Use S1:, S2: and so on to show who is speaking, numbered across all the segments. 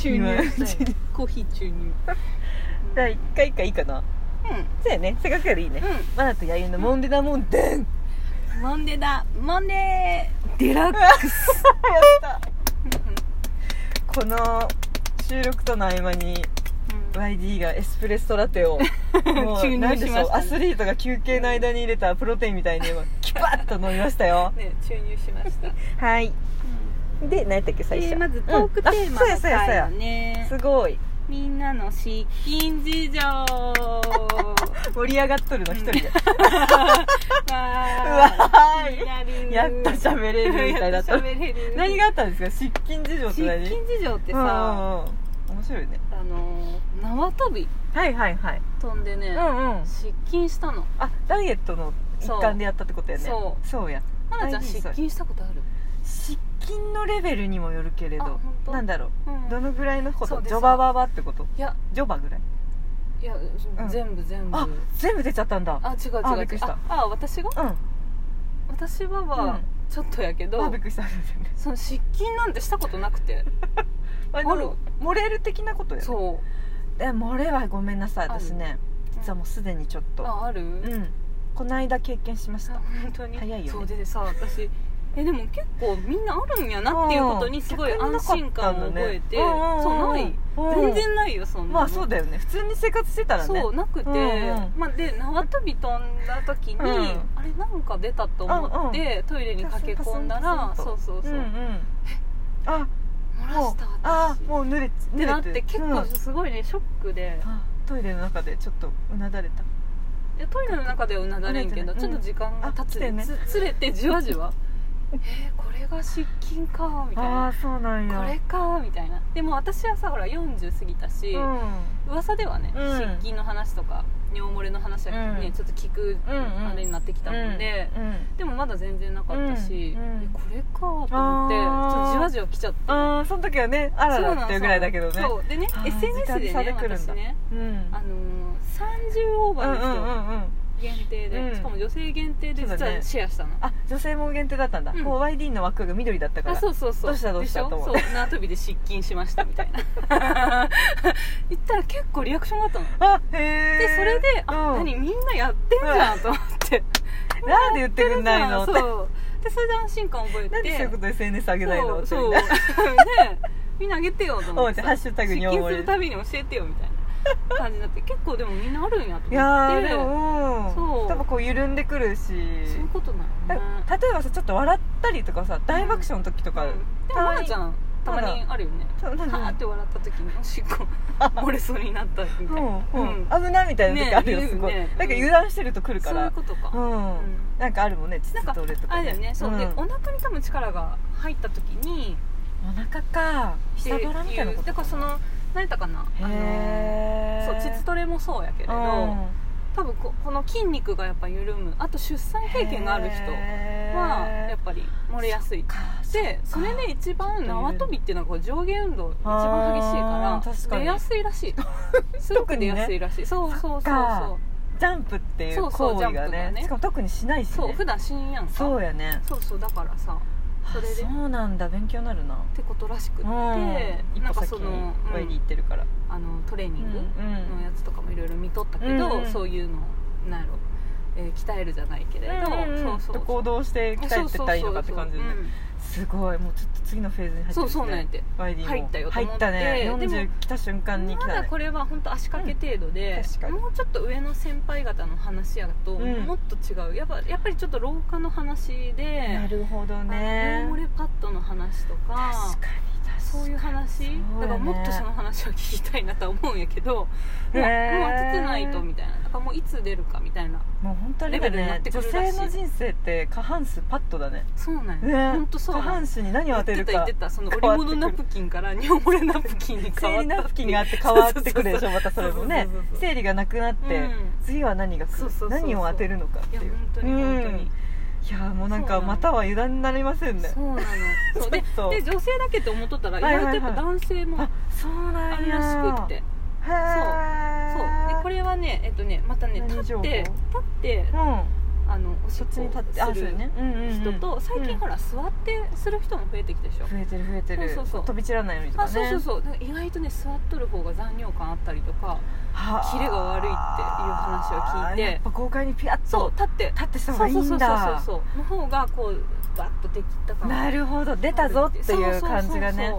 S1: 注入したよコーヒー注入
S2: じゃあ一回一回いいかなそうやねせっかくやでいいね、
S1: う
S2: マナとヤユのモンデダモンデン、 や
S1: うんモンデだモンデーデラックス
S2: ったこの収録との合間に YD がエスプレッソラ テをも
S1: 注
S2: う
S1: 入
S2: 何
S1: し
S2: で
S1: ましね
S2: したょうアスリートが休憩の間に 入れたプロテインみたいにキュパッと飲みましたよ
S1: ね注入しました
S2: はいで何やったっけ最初、
S1: でまずトークテーマ
S2: うんあ
S1: の
S2: そうやそうやそう
S1: 回を
S2: や
S1: ね
S2: すごい
S1: みんなの失禁事情
S2: 盛り上がっとるの一人で、
S1: わ
S2: わーい
S1: 気になる
S2: やった喋れるみたいだった
S1: やっ喋れる
S2: 何があったんですか失禁事情って
S1: 失
S2: 何
S1: 禁事情ってさ、
S2: さ、うんうん、面白いね
S1: あの縄跳び
S2: はいはいはい
S1: 飛んでね、
S2: うんうん
S1: 失禁したの
S2: あダイエットの一環でやったってことやね
S1: そう
S2: や
S1: まなちゃん
S2: 大事
S1: 失禁したことある
S2: 失禁のレベルにもよるけれ
S1: あ
S2: ど
S1: 本当
S2: なんだろうど
S1: い
S2: のぐらいのこ
S1: そ
S2: と
S1: うで
S2: ジ
S1: さ
S2: ョバババってこと
S1: や
S2: ジョバぐらい
S1: いや、
S2: ん
S1: 全部全部
S2: あ全部出ちゃったんだ
S1: あ違う違う
S2: あ
S1: 違
S2: び
S1: う
S2: っくりした
S1: ああ私が
S2: うんあ
S1: 私ははちょっとやけど、
S2: びっくりした
S1: その失禁なんてしたことなくて
S2: あで
S1: ある
S2: も漏れる的なことやね
S1: そう
S2: で漏れはごめんなさい
S1: ある
S2: 私ね実はもうすでにちょっと
S1: あある、
S2: うんこの間経験しまし
S1: あ
S2: た
S1: 本当に
S2: 早いよね
S1: そうでさ私えでも結構みんなあるんやなっていうことにすごい
S2: うん
S1: 安
S2: 逆に
S1: 心
S2: なかったん
S1: 感
S2: だ
S1: を
S2: ね
S1: 覚えて、
S2: んんん
S1: そうない
S2: う
S1: 全
S2: ん
S1: 然ないよそんなの
S2: まあそうだよね普通に生活してたらね
S1: そうなくて、
S2: うんうん
S1: まあ、で縄跳び飛んだ時に、
S2: うん
S1: あれなんか出たと思って、トイレに駆け込んだら
S2: パス
S1: そ
S2: ンパ
S1: う
S2: スン
S1: そうそう、
S2: うんうんあ
S1: 漏ら
S2: もう
S1: した
S2: あ
S1: 私
S2: もう濡れ
S1: っ
S2: 濡
S1: て
S2: れ
S1: なって結
S2: うん
S1: 構すごいねショックで
S2: あトイレの中でちょっとうなだれた
S1: でトイレの中ではうなだれんけど、
S2: うん
S1: ちょっと時間が経つ
S2: あ来てね
S1: つつれてじわじ わえー、これが失禁かみたいな
S2: あそうなん
S1: これかみたいなでも私はさほら40過ぎたし、
S2: うん、
S1: 噂ではね、
S2: うん
S1: 湿気の話とか尿漏れの話はね、
S2: うん
S1: ちょっと聞く
S2: うんうん
S1: あれになってきたもんで、
S2: うんうん
S1: でもまだ全然なかったし、
S2: うんうん
S1: えこれかと思ってち
S2: あー
S1: ょっとじわじわ来ちゃって
S2: あーその時はねあら
S1: そうな
S2: ら
S1: の
S2: っていうぐらいだけどね
S1: そうでね
S2: あー
S1: SNS
S2: 時
S1: で
S2: 間差で
S1: ね
S2: 来るん
S1: 私
S2: だ
S1: ね
S2: うん
S1: あのー、30オー
S2: うんう
S1: バー
S2: ん
S1: です
S2: う
S1: よ、
S2: んうん
S1: 限定で、
S2: うん
S1: しかも女性限定で
S2: そう
S1: 実
S2: だね
S1: はシェアしたの、
S2: あ女性も限定だったんだ、
S1: うん
S2: こう YD の枠が緑だったから
S1: あそうそうそう
S2: どうしたどうした
S1: でし
S2: と
S1: ょ
S2: 思
S1: そう
S2: って
S1: 縄跳びで失禁しましたみたいな言ったら結構リアクションがあったの
S2: あへえ
S1: でそれで「あ、
S2: うん
S1: 何みんなやってんじゃん」と思って
S2: なんで言ってくんないの
S1: そうそうでそれで安心感覚えて
S2: なんでそういうこと SNS 上げないの
S1: そうそう
S2: って
S1: ねみんなあげてよと思って
S2: 思ってハッシュタグに
S1: 出
S2: 思
S1: 勤す
S2: われる
S1: るたびに教えてよみたいな感じになって結構でもみんなあるんやと
S2: いや
S1: 思っ
S2: ー
S1: て
S2: でもう
S1: そ
S2: ん
S1: う
S2: 多分こう緩んでくるし
S1: そういうことな
S2: だ
S1: のね
S2: 例えばさちょっと笑ったりとかさ大爆笑の時とか、
S1: うんでも
S2: たま
S1: ま
S2: に
S1: なちゃんたまにあるよね
S2: そうなん
S1: はー
S2: か
S1: って笑った時におしっこ漏れそうになったみたいな、
S2: うんうん
S1: うん
S2: 危ないみたいな時あるよ、
S1: ね
S2: すごい、
S1: 言うよね
S2: なんか油断してると来るか
S1: そうい
S2: ら
S1: うことか、
S2: うん、
S1: うん
S2: なんかあるもんね
S1: なん
S2: 膣
S1: か
S2: と俺とか
S1: あれだよねそう、で
S2: ん
S1: お腹に多分力が入った時に
S2: お腹か下腹みたいな
S1: って
S2: こ
S1: うだ
S2: と
S1: からその何だかなあの
S2: へえ
S1: そう膣トレもそうやけれど、多分ここの筋肉がやっぱ緩むあと出産経験がある人はやっぱり漏れやすいでそれで一番縄跳びっていうのはこう上下運動一番激しい
S2: あ
S1: か
S2: ー確からに
S1: 出やすいらしい すごく出やすいらしい、そうそうそう
S2: そっか
S1: そ
S2: ジャンプっていう
S1: そうそう
S2: 行為が
S1: ジャンプ
S2: ね
S1: がね
S2: しかも特にしないし、ね、
S1: うそう普段しんやんか
S2: そうやね
S1: そうそうだからさそれで
S2: あそうなんだ勉強になるな
S1: ってことらしくって、
S2: うん
S1: なんか
S2: 一
S1: そ
S2: 歩先に
S1: の,、う
S2: 前に
S1: ん
S2: 行ってるから、
S1: あのトレーニング、のやつとかもいろいろ見とったけど、
S2: うんうん
S1: そういうのなんやろ、えー鍛えるじゃないけれど、そうそうそう
S2: 行動して鍛えてったらいいのかって感じで、
S1: そ
S2: ね
S1: うそうそううん
S2: すごいもうちょっと次のフェーズに入って
S1: そう
S2: ます
S1: そうなんや
S2: ね
S1: って
S2: ワイディも
S1: 入ったよと
S2: 入
S1: 思っ
S2: ってたね
S1: でも
S2: 40来た瞬間に来
S1: ま
S2: た
S1: だ
S2: ね
S1: これは本当足掛け程度
S2: うん
S1: で、
S2: 確かに
S1: もうちょっと上の先輩方の話やと、
S2: うん
S1: もっと違うやっぱやっぱりちょっと廊下の話
S2: な
S1: で
S2: るほど
S1: あの
S2: ね
S1: 尿漏れパッドの話とか
S2: 確かに確かに
S1: そういう話
S2: そうやね
S1: だからもっとその話を聞きたいなとは思うんやけど、
S2: へ
S1: もう
S2: ー
S1: もう当ててないとみたいなだからもういつ出るかみたいな
S2: もう本当にだ
S1: レベルになっ
S2: ね
S1: てく
S2: 女
S1: るらし
S2: 性
S1: い
S2: の人生って過半数パッとだね
S1: そうなん
S2: ね
S1: や、本当そう
S2: 過
S1: なんや
S2: 半数に何を当て
S1: 言
S2: る
S1: って
S2: か
S1: た言ってたその織物ナプキンから尿漏れナプキンに変わ った
S2: 生理ナ
S1: っ
S2: プ
S1: て
S2: キ
S1: い
S2: ン
S1: う
S2: があって変わっ てくるでしょまたそれもね
S1: そうそうそうそう
S2: 生理がなくなっ
S1: うん
S2: て、次は何が来る
S1: そうそうそうそう
S2: 何を当てるのかって
S1: い
S2: い
S1: や
S2: う
S1: 本当に
S2: うん
S1: 本当に、
S2: いやーもうなん
S1: そう
S2: か
S1: なの
S2: または油断になりませんね
S1: そうなのそうで
S2: そう
S1: で女性だけって思っとったら意
S2: はいはい
S1: 外と
S2: はい
S1: やっぱ男性も
S2: あそう
S1: あ
S2: な
S1: る
S2: んや
S1: らしくって
S2: へ
S1: そうでこ
S2: れ
S1: れはねえっとねまたね
S2: 何
S1: 立
S2: 情
S1: っ
S2: 報
S1: て立って
S2: うん
S1: ああのおし
S2: そ
S1: っ
S2: っ
S1: こ
S2: ちに立って
S1: をする
S2: うんうんうん
S1: 人と最近ほら座ってする人も増えてきたでしょ、
S2: 増えてる増えてる
S1: そうそうそう
S2: 飛び散らないようにとか
S1: あ
S2: ね
S1: そうそうそうだから意外とね座っとる方が残尿感あったりとか
S2: はあ
S1: キレが悪いっていう話を聞いて
S2: やっぱ豪快にピヤッ
S1: そう立
S2: と
S1: って
S2: 立ってした
S1: そう
S2: 方がいいんだ
S1: そうそうそうそうの方がこうバッとできた感
S2: な
S1: る
S2: るほど出たぞっていう感じがね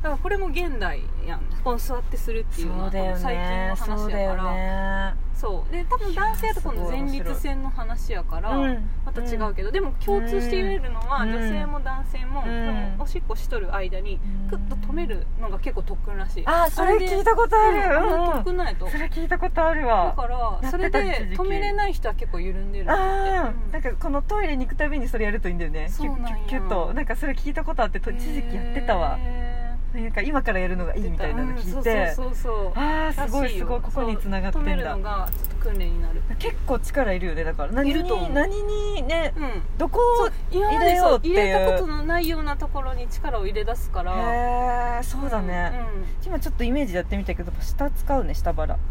S1: だからこれも現代やんこの座ってするっていうの
S2: そ
S1: は
S2: うだよ
S1: 最近
S2: ね
S1: の
S2: そう
S1: 話
S2: だ
S1: やか
S2: よ
S1: ら
S2: ね
S1: そうで多分男性とこの前立腺の話やから、
S2: うん
S1: また違うけど、でも共通して言えるのは、
S2: うん
S1: 女性も男性も、
S2: うん
S1: このおしっこしとる間に
S2: うん
S1: クッと止めるのが結構特訓らしい
S2: あそれ
S1: で
S2: 聞いたことある
S1: うん
S2: うん
S1: あれ特訓ないと
S2: それ聞いたことある
S1: だ
S2: わ
S1: から
S2: やっ
S1: それ
S2: てた一
S1: で
S2: 時期
S1: 止めれない人は結構緩んでるんだって
S2: あ
S1: うん
S2: あなんかこのトイレに行くたびにそれやるといいんだよね
S1: そうなんや
S2: キュッキュッキュッとなんかそれ聞いたことあってと一時期やってたわ
S1: へ
S2: なんか今からやるのがい
S1: ー
S2: いみたいなの聞いて
S1: うんそうそうそうそう
S2: ああすご
S1: ら
S2: い
S1: し
S2: す
S1: よ
S2: ごいここに
S1: そう
S2: 繋がって
S1: 止め
S2: ん
S1: る
S2: だ
S1: のがちょっと訓練になる
S2: 結構力いるよねだから何
S1: いると思う
S2: に何にね
S1: うん
S2: どこ
S1: そ
S2: を
S1: う今ま
S2: 入れ
S1: で
S2: よ
S1: そうう
S2: ってい
S1: 入
S2: う
S1: れたことのないようなところに力を入れ出すから
S2: へえそうだね、
S1: うん
S2: 今ちょっとイメージでやってみたけど下使うね下腹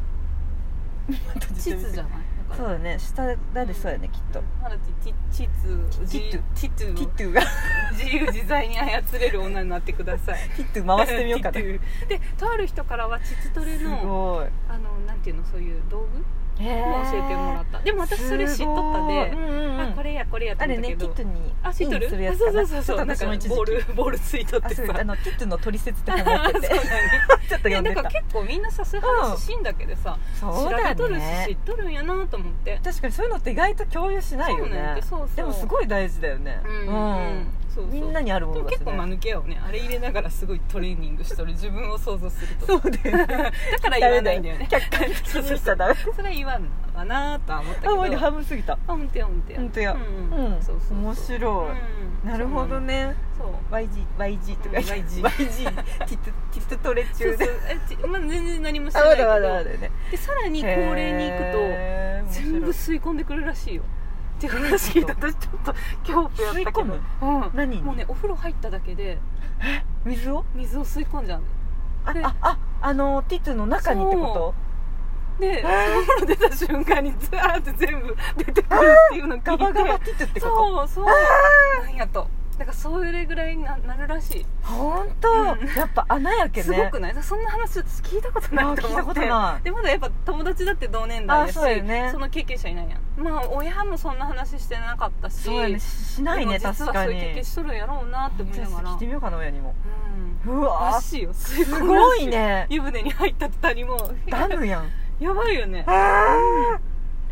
S1: 地図じゃないだ
S2: そう
S1: から
S2: だね下だでそうやねきっと
S1: マルティ地図
S2: ティットゥ
S1: ティットゥ
S2: ティ
S1: を
S2: ットゥが
S1: 自由自在に操れる女になってください
S2: ティットゥ回してみようか な
S1: テ
S2: す
S1: ィットゥでとある人からはチツトレの
S2: ごい
S1: あのなんていうのそういう道具
S2: 教
S1: も教えてもらったでも私それ知っとったで
S2: うんうんうん
S1: あこれやこれやと
S2: あ
S1: 思っ
S2: れ
S1: た
S2: ね
S1: け
S2: キ
S1: ど
S2: ットに
S1: あ知っと
S2: イン
S1: る
S2: するやつ
S1: そ
S2: か
S1: うそう
S2: な
S1: そうそう
S2: ちょ
S1: な
S2: っ
S1: ん
S2: と私も
S1: か
S2: 一時期
S1: ボールボールついとっ
S2: あ
S1: て
S2: そ
S1: さ
S2: うあのキットの取説って本や
S1: あ
S2: っ
S1: そ
S2: て
S1: うだ
S2: て
S1: ね
S2: ちょっと
S1: いや
S2: 読
S1: なん
S2: んで
S1: か
S2: た
S1: 結構みんなさそういう話しんだけでさ
S2: そ
S1: 調
S2: う
S1: べ
S2: だ
S1: とるし知っ
S2: ね
S1: とるんやなと思って
S2: 確かにそういうのって意外と共有しない
S1: そ
S2: よ
S1: うなんやって
S2: ね
S1: そうそう
S2: でもすごい大事だよね
S1: うんうんそうそう
S2: みんなにあるも
S1: で
S2: の
S1: も
S2: だし
S1: 結構間
S2: ね
S1: 抜けよねあれ入れながらすごいトレーニングしとる自分を想像すると
S2: そうだよ
S1: だ
S2: ね
S1: から言わないんだよね
S2: 客観的 にしちゃダメ
S1: それは言わんわなとは思ったけ
S2: あ
S1: ど
S2: もう半分過ぎた
S1: あほんとやほんとや
S2: ほんとや
S1: うん
S2: う
S1: うん
S2: ん
S1: そうそうそう
S2: 面白
S1: うん
S2: いなるほどね
S1: そう
S2: YG YG とか
S1: うん YG
S2: ティットティットトレ
S1: そう
S2: 中
S1: そう
S2: で
S1: えちまあ全然何もして
S2: あ
S1: ない
S2: ま
S1: け
S2: だまだまだ
S1: ど
S2: だよね
S1: でさらに高齢に行くと
S2: へー
S1: 全部
S2: 面白い
S1: 吸い込んでくるらしいよって話聞いた私ちょっと恐怖やったけど
S2: 吸い込む
S1: うん
S2: 何に
S1: もうねお風呂入っただけで
S2: 水を
S1: 水を吸い込んじゃうの
S2: あ
S1: で
S2: あああのティットの中にってこ
S1: でお風呂出た瞬間にザーって全部出てくるっていうのを
S2: と
S1: 聞
S2: ガバガバ
S1: いて
S2: ティットってこと
S1: そうそうなんやとだからそれぐらいにななるらしい
S2: 本当、
S1: うん
S2: やっぱ穴やけね
S1: すごくないだからそんな話ちょっと聞いたことないと思って
S2: あー聞いたことない
S1: でまだやっぱ友達だって同年代だし
S2: あーそうよね
S1: その経験者いないやんまあ親もそんな話してなかったし
S2: そうやねししないね
S1: でも実
S2: 確
S1: は
S2: か
S1: そう
S2: に
S1: いう経験しとるんやろうなって思い
S2: じゃ
S1: な
S2: あ
S1: がら
S2: 聞いてみようかな親にも
S1: うん
S2: う
S1: ら
S2: わ
S1: しいよす
S2: すごいね
S1: 湯船に入った途端にもう
S2: ダムやん
S1: やばいよねら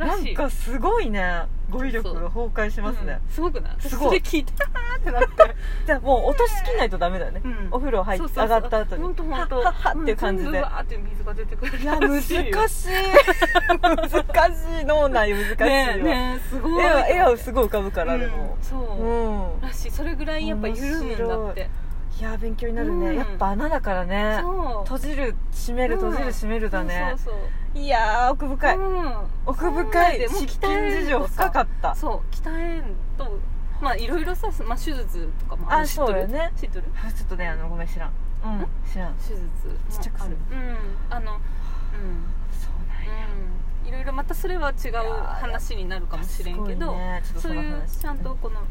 S2: な
S1: し
S2: ん
S1: い
S2: かすごいね語彙力が崩壊しますね、
S1: うんすごくない
S2: すごい
S1: それ聞いてあーってなって
S2: じゃあもう落としきんないとダメだよね、
S1: うん
S2: お風呂入っ
S1: そうそうそう
S2: 上がった後に
S1: ほんとほんと
S2: はっはっはっていう感じ
S1: ん
S2: で、
S1: 全部わーって水が出てくる
S2: いや難しい難しい脳内難しいわ、
S1: ねえねえす
S2: 絵
S1: ごい
S2: は絵はすごい浮かぶから、でも
S1: うんそう、
S2: うん
S1: らしいそれぐらいやっぱ緩むんだって
S2: いやー勉強になるね、
S1: うん
S2: やっぱ穴だからね
S1: そう
S2: 閉じる閉める
S1: うん
S2: 閉じる閉めるだね、
S1: そうそうそう
S2: いやー奥深い、
S1: うん
S2: 奥
S1: そ
S2: 深い
S1: うなんだよ
S2: 湿菌事情深かった
S1: そう鍛えんとまあいろいろさ、まあ、手術とかもある
S2: あ
S1: 知っとる
S2: そうよね
S1: 知っとる
S2: あちょっとねあのごめん知らんうん
S1: ん
S2: 知らん
S1: 手術
S2: ちっちゃく
S1: もあ
S2: す
S1: るう
S2: る
S1: んあのう
S2: そうな
S1: ん
S2: んや
S1: うんいろいろまたそれは違う話になるかもしれんけど、
S2: すごいねちょっと
S1: そ
S2: そうの
S1: いう
S2: 話
S1: ちゃんとこの道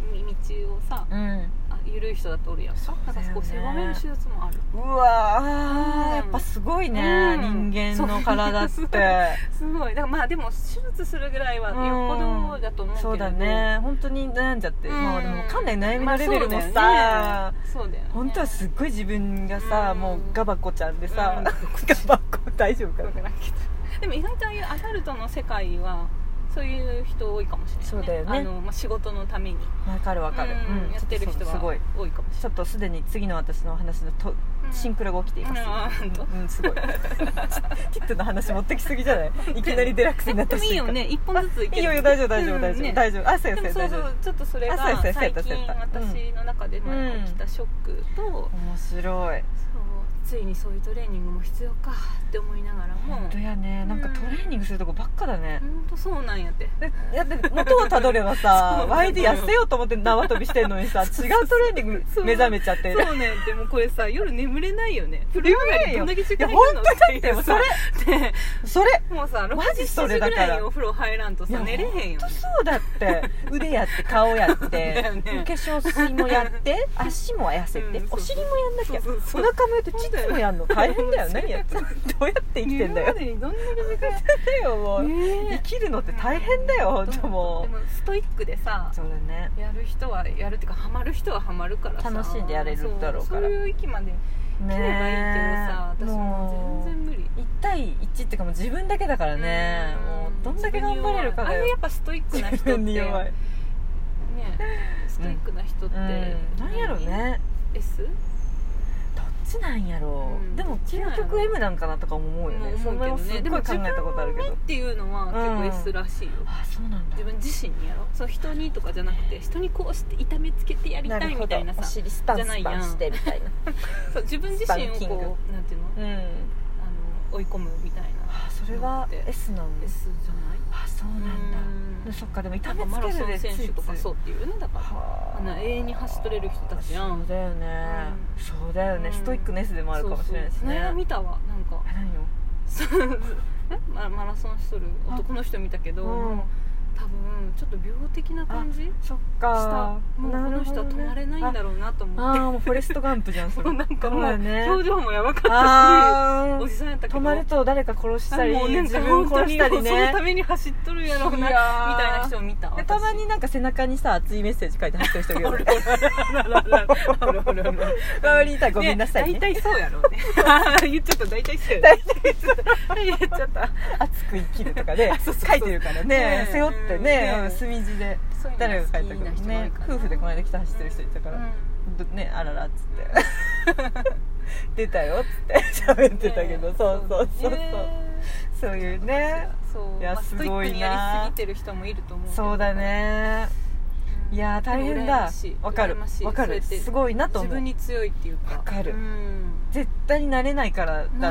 S1: をさ、
S2: うん
S1: あ緩い人だとおるやんか
S2: そうだ
S1: な
S2: よね
S1: んかこう狭める手術もある
S2: うわ
S1: う
S2: ー、
S1: ん
S2: やっぱすごいね、
S1: うん
S2: 人間の体っ
S1: そ
S2: て
S1: うすごいだからまあでも手術するぐらいは
S2: うん
S1: よっぽどだと思うけれど、
S2: そうだね本当に悩んじゃって、
S1: うん
S2: まあでもかなり悩まれレベルも
S1: そうだよ
S2: さ、
S1: ねそうだよね
S2: 本当はすっごい自分がさ、
S1: うん
S2: もうガバコちゃんでさ、
S1: うん
S2: ガバコ大丈夫か
S1: わ
S2: な
S1: からんけどでも意外とああいうアダルトの世界はそういう人多いかもしれない、
S2: そうだよね
S1: あの、まあ、仕事のために
S2: わかるわかる、
S1: うんやってる人は
S2: すごい
S1: 多いかもし
S2: ちょっとすでに次の私の話のと、
S1: うん
S2: シンクロが起きてい
S1: れ
S2: ます、
S1: ない、うん、
S2: うんすごい キットの話持ってきすぎじゃないいきなりデラックスになっ
S1: で
S2: た
S1: も
S2: し
S1: いいよね一本ずついける
S2: いいよいいよ大丈夫大丈夫大丈夫、
S1: うんね
S2: 大丈夫あそう
S1: で
S2: やそう
S1: も
S2: や
S1: そうそ
S2: 大丈夫
S1: うちょっとそれが
S2: あそうやそうやそう
S1: 最
S2: やそう
S1: 近
S2: やうん
S1: 私の中でも起きたショックと、
S2: 面白
S1: そ
S2: い
S1: うついにそういうトレーニングも必要かって思いながらも
S2: 本当やねなんかトレーニングするとこばっかだね、
S1: 本当そうなんやって
S2: でだって元をたどればさ
S1: そう
S2: YD 痩せようと思って縄跳びしてんのにさ違うトレーニン
S1: そ
S2: グ
S1: う
S2: 目覚めちゃって
S1: そうねでもこれさ夜眠れないよね
S2: 眠れないよ
S1: 風呂上がりどんだけ時間
S2: い
S1: い
S2: や
S1: るの
S2: 本当だって
S1: いうさね
S2: それ
S1: もうさ6
S2: マ
S1: 時
S2: ジ
S1: 7
S2: そ
S1: 時
S2: れだ
S1: ぐ
S2: から
S1: らいにお風呂入らんと
S2: い
S1: さ
S2: や
S1: 寝れへんよ
S2: 本当そうだって腕やって顔 やって、
S1: だよね
S2: 化粧水もや って足も痩せて、
S1: うんそうそう
S2: お尻もやんなきゃ
S1: そうそうそう
S2: お腹もやってチッチもやんの大変だよ何やってどうやって生きてんだ
S1: 寝る
S2: よ
S1: までにどんだけ時間
S2: だよもう、
S1: ねえ
S2: 生きるのって大変だよ本当も
S1: で
S2: う
S1: もストイックでさ
S2: そうだね
S1: やる人はやるっていうかハマる人はハマるからさ
S2: 楽しんでやれるだろうか
S1: そうそ
S2: ら
S1: ういう域まで来ればいいけどさ、私もう全然無理
S2: 1対1っていうかもう自分だけだからね
S1: うん
S2: もうどんだけ頑張れるか
S1: ああ
S2: だ
S1: いうや
S2: よ
S1: っぱストイックな人って
S2: に弱い
S1: ねストイックな人って、
S2: うんなんやろね
S1: S?
S2: どっちなんやろ
S1: うん
S2: うでも究
S1: どっちなん
S2: 極
S1: やろ
S2: M なんかなとかも思うよね
S1: も
S2: そ
S1: うん思
S2: な
S1: う
S2: の
S1: け
S2: す
S1: どね
S2: っ
S1: で
S2: ご
S1: も
S2: い考
S1: 自
S2: え
S1: 分
S2: たことあるけど
S1: っていうのは
S2: うん
S1: 結構 S らしいよ、
S2: あそうなんだ
S1: 自分自身にやろそう人にとかじゃなくて人にこうして痛めつけてやりたいみたいな
S2: るほどお
S1: さ
S2: 尻スパン
S1: じゃない
S2: ス
S1: やん
S2: パンしてみたいな
S1: そう自分自身を
S2: スパンキング
S1: こうなんていうの
S2: うん
S1: あの追い込むみたいな
S2: あそれは S なんです
S1: S じゃない
S2: あそうなんだ
S1: うん
S2: でそっかでも痛
S1: なんかマ
S2: め
S1: ラ
S2: つ
S1: ソ
S2: ける
S1: ン
S2: で
S1: 選手とかそううっていうねだから
S2: は
S1: あんな永遠に走っとれる人たちやん
S2: そうだよね、そうだよね、
S1: うん
S2: ストイックネスでもあるかもしれないし
S1: そうそうこの
S2: ね
S1: 間見たわなんか
S2: あ何よ
S1: そうえママラソンしとる男の人見たけど、
S2: うん
S1: 多分ちょっと病的な感じ
S2: そっ
S1: した
S2: か
S1: もうこの人は止まれないんだ
S2: ろ
S1: ろうなと
S2: う
S1: 思っ
S2: ああーもうフォレストガンプじゃんそ
S1: て
S2: れ
S1: なんか
S2: そう
S1: も
S2: だ
S1: う
S2: よね
S1: 表情もやばかっ
S2: あ
S1: たしお
S2: ー
S1: じさんやったけど
S2: 止まると誰か殺したり
S1: もうなん
S2: 自
S1: か
S2: 分
S1: 本当
S2: 殺し
S1: に
S2: た
S1: もう
S2: り
S1: その
S2: ね
S1: ために走っとるやろうなみたいな人を見た
S2: でたまになんか背中にさ熱いメッセージ書いて走ってる人いる よね周りにいたら ごめんなさい
S1: ね
S2: ね
S1: 大体そうやろう ね言っちゃった大体そうやろ
S2: 大
S1: 言っちゃった
S2: 熱く生きると かで
S1: そうそうそう
S2: 書いてるから
S1: ね
S2: ね
S1: え
S2: 背負ってね
S1: うん
S2: うん墨字で
S1: そういうの
S2: 誰が書いた
S1: 好き
S2: か
S1: な人もい
S2: ね
S1: るから
S2: 夫婦でこの間来て走ってる人いたからどねあららっつって 「出たよ」っつって喋ってたけど、そうそうそうそう、そういうね
S1: そう
S2: いや
S1: まあ
S2: す
S1: ストイッ
S2: ご
S1: ク
S2: いな
S1: にやりすぎてる人もいると思うけど
S2: そうだね
S1: うん
S2: いやー大変
S1: でも羨
S2: だ
S1: ましい
S2: わかる
S1: 羨ましい
S2: わかる
S1: そうやって
S2: すごいなと思
S1: 自
S2: う
S1: 分に強いっていうか
S2: わかる
S1: うん
S2: 絶対になれないからだ